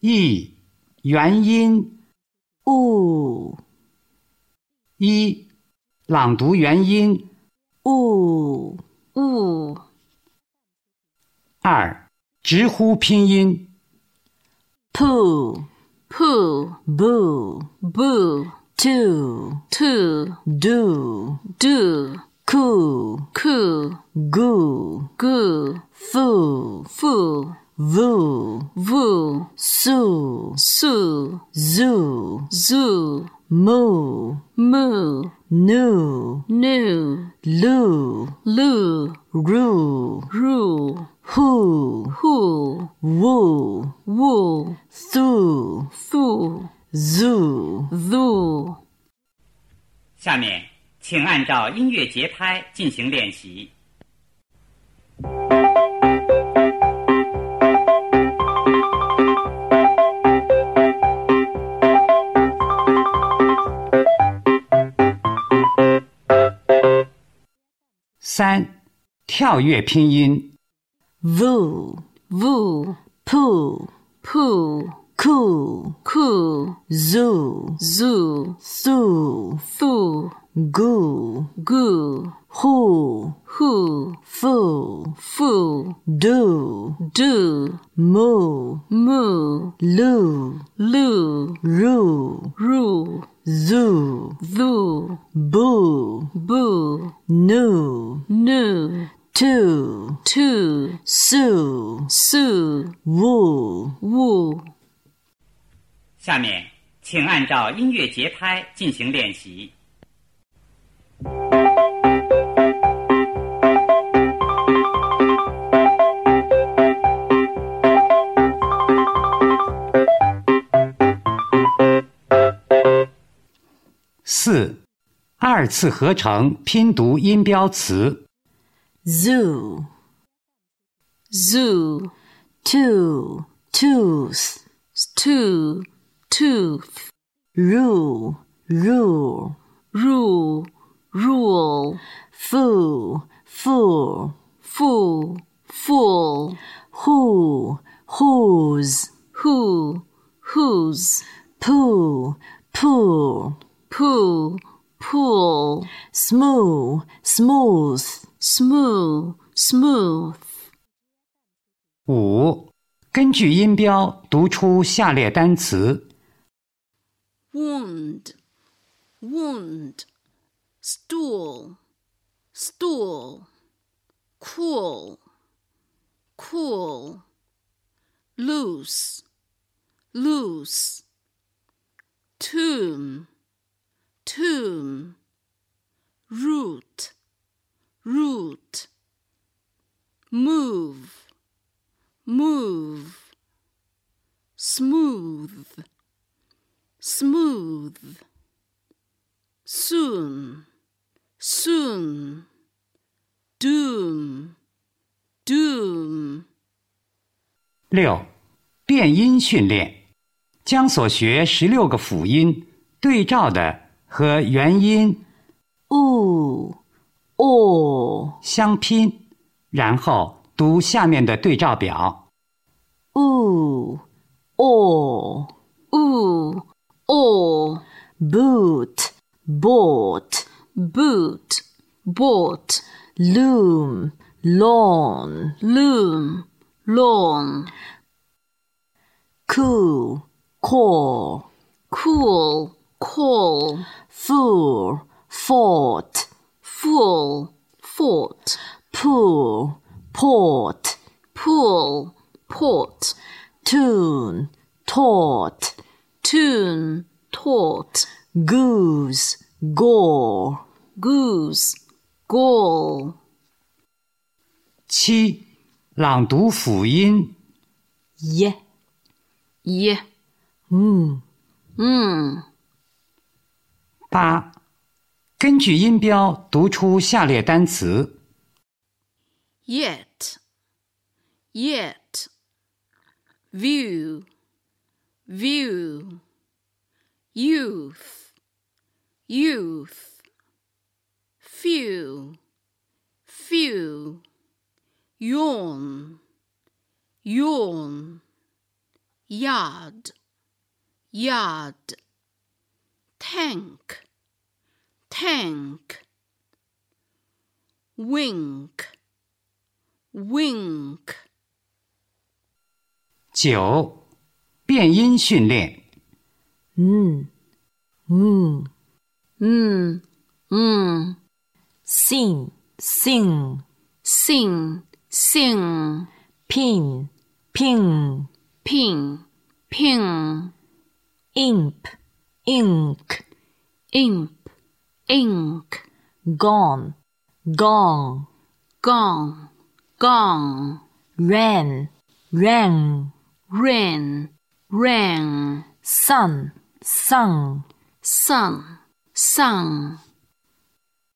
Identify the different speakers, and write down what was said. Speaker 1: 一元音
Speaker 2: ，u
Speaker 1: 一，朗读元音
Speaker 2: u
Speaker 3: 物
Speaker 1: 二，直呼拼音
Speaker 2: poo
Speaker 3: poo
Speaker 2: boo
Speaker 3: boo
Speaker 2: too
Speaker 3: too
Speaker 2: do
Speaker 3: do
Speaker 2: coo
Speaker 3: coo
Speaker 2: goo
Speaker 3: goo
Speaker 2: foo
Speaker 3: foo
Speaker 2: voo
Speaker 3: voo
Speaker 2: soo
Speaker 3: soo
Speaker 2: zoo
Speaker 3: zoo
Speaker 2: moo
Speaker 3: moo
Speaker 2: noo
Speaker 3: new
Speaker 2: loo
Speaker 3: loo
Speaker 2: roo
Speaker 3: roo
Speaker 2: hoo
Speaker 3: who
Speaker 2: woo
Speaker 3: woo
Speaker 2: thoo
Speaker 3: foo
Speaker 2: zoo
Speaker 3: zoo
Speaker 4: 下面，请按照音乐节拍进行练习。
Speaker 1: 三，跳跃拼音
Speaker 2: voo
Speaker 3: voo
Speaker 2: poo
Speaker 3: poo
Speaker 2: coo
Speaker 3: coo
Speaker 2: zoo
Speaker 3: zoo
Speaker 2: soo
Speaker 3: foo
Speaker 2: goo
Speaker 3: goo
Speaker 2: hoo
Speaker 3: who
Speaker 2: foo
Speaker 3: foo
Speaker 2: do
Speaker 3: do
Speaker 2: moo
Speaker 3: moo
Speaker 2: loo
Speaker 3: loo
Speaker 2: roo
Speaker 3: roo
Speaker 2: zoo
Speaker 3: zoo
Speaker 2: boo
Speaker 3: boo
Speaker 2: noo
Speaker 3: noo
Speaker 2: too
Speaker 3: too
Speaker 2: soo
Speaker 3: soo
Speaker 2: woo
Speaker 3: woo
Speaker 4: 下面，请按照音乐节拍进行练习。
Speaker 1: 四，二次合成拼读音标词
Speaker 2: zoo
Speaker 3: zoo
Speaker 2: too tooth
Speaker 3: too tooth
Speaker 2: roo roo
Speaker 3: rule rule
Speaker 2: foo foo
Speaker 3: fool fool
Speaker 2: who whose
Speaker 3: who whose
Speaker 2: poo poo
Speaker 3: poo pool
Speaker 2: smoo smooth
Speaker 3: smooth smooth
Speaker 1: 五，根据音标读出下列单词
Speaker 3: wound, wound, stool, stool, cool, cool, loose, loose, tomb, tomb, root, root, move, move, smooth smooth, soon, soon, doom, doom,
Speaker 1: 六，变音训练，将所学十六个辅音对照的和元音
Speaker 2: oo o
Speaker 1: 相拼，然后读下面的对照表。
Speaker 2: oo o
Speaker 3: oo, all,
Speaker 2: boot bought
Speaker 3: boot, bought,
Speaker 2: loom lawn
Speaker 3: loom, lawn,
Speaker 2: coo call
Speaker 3: cool, call,
Speaker 2: fool fought
Speaker 3: full, fort,
Speaker 2: pool port
Speaker 3: pool, port,
Speaker 2: tune taught
Speaker 3: tune, taught,
Speaker 2: goose gore
Speaker 3: goose, gall.
Speaker 1: 七，朗读辅音
Speaker 2: ye
Speaker 3: Yeah.
Speaker 2: mm, Hmm.
Speaker 3: Mm.
Speaker 1: 八，根据音标读出下列单词
Speaker 3: Yet. Yet. View. View. Youth. Youth. Few. Few. Yawn. Yawn. yard, yard. Tank, tank. Wink, wink.
Speaker 1: 九，变音训练。
Speaker 2: 嗯嗯
Speaker 3: Mm, mm.
Speaker 2: sing sing
Speaker 3: Sing, sing.
Speaker 2: pin pin
Speaker 3: Ping, ping.
Speaker 2: imp ink
Speaker 3: Imp, ink.
Speaker 2: gone gone
Speaker 3: Gong, gong.
Speaker 2: ran ran
Speaker 3: Rain, rain.
Speaker 2: sun sun
Speaker 3: Sun, sun.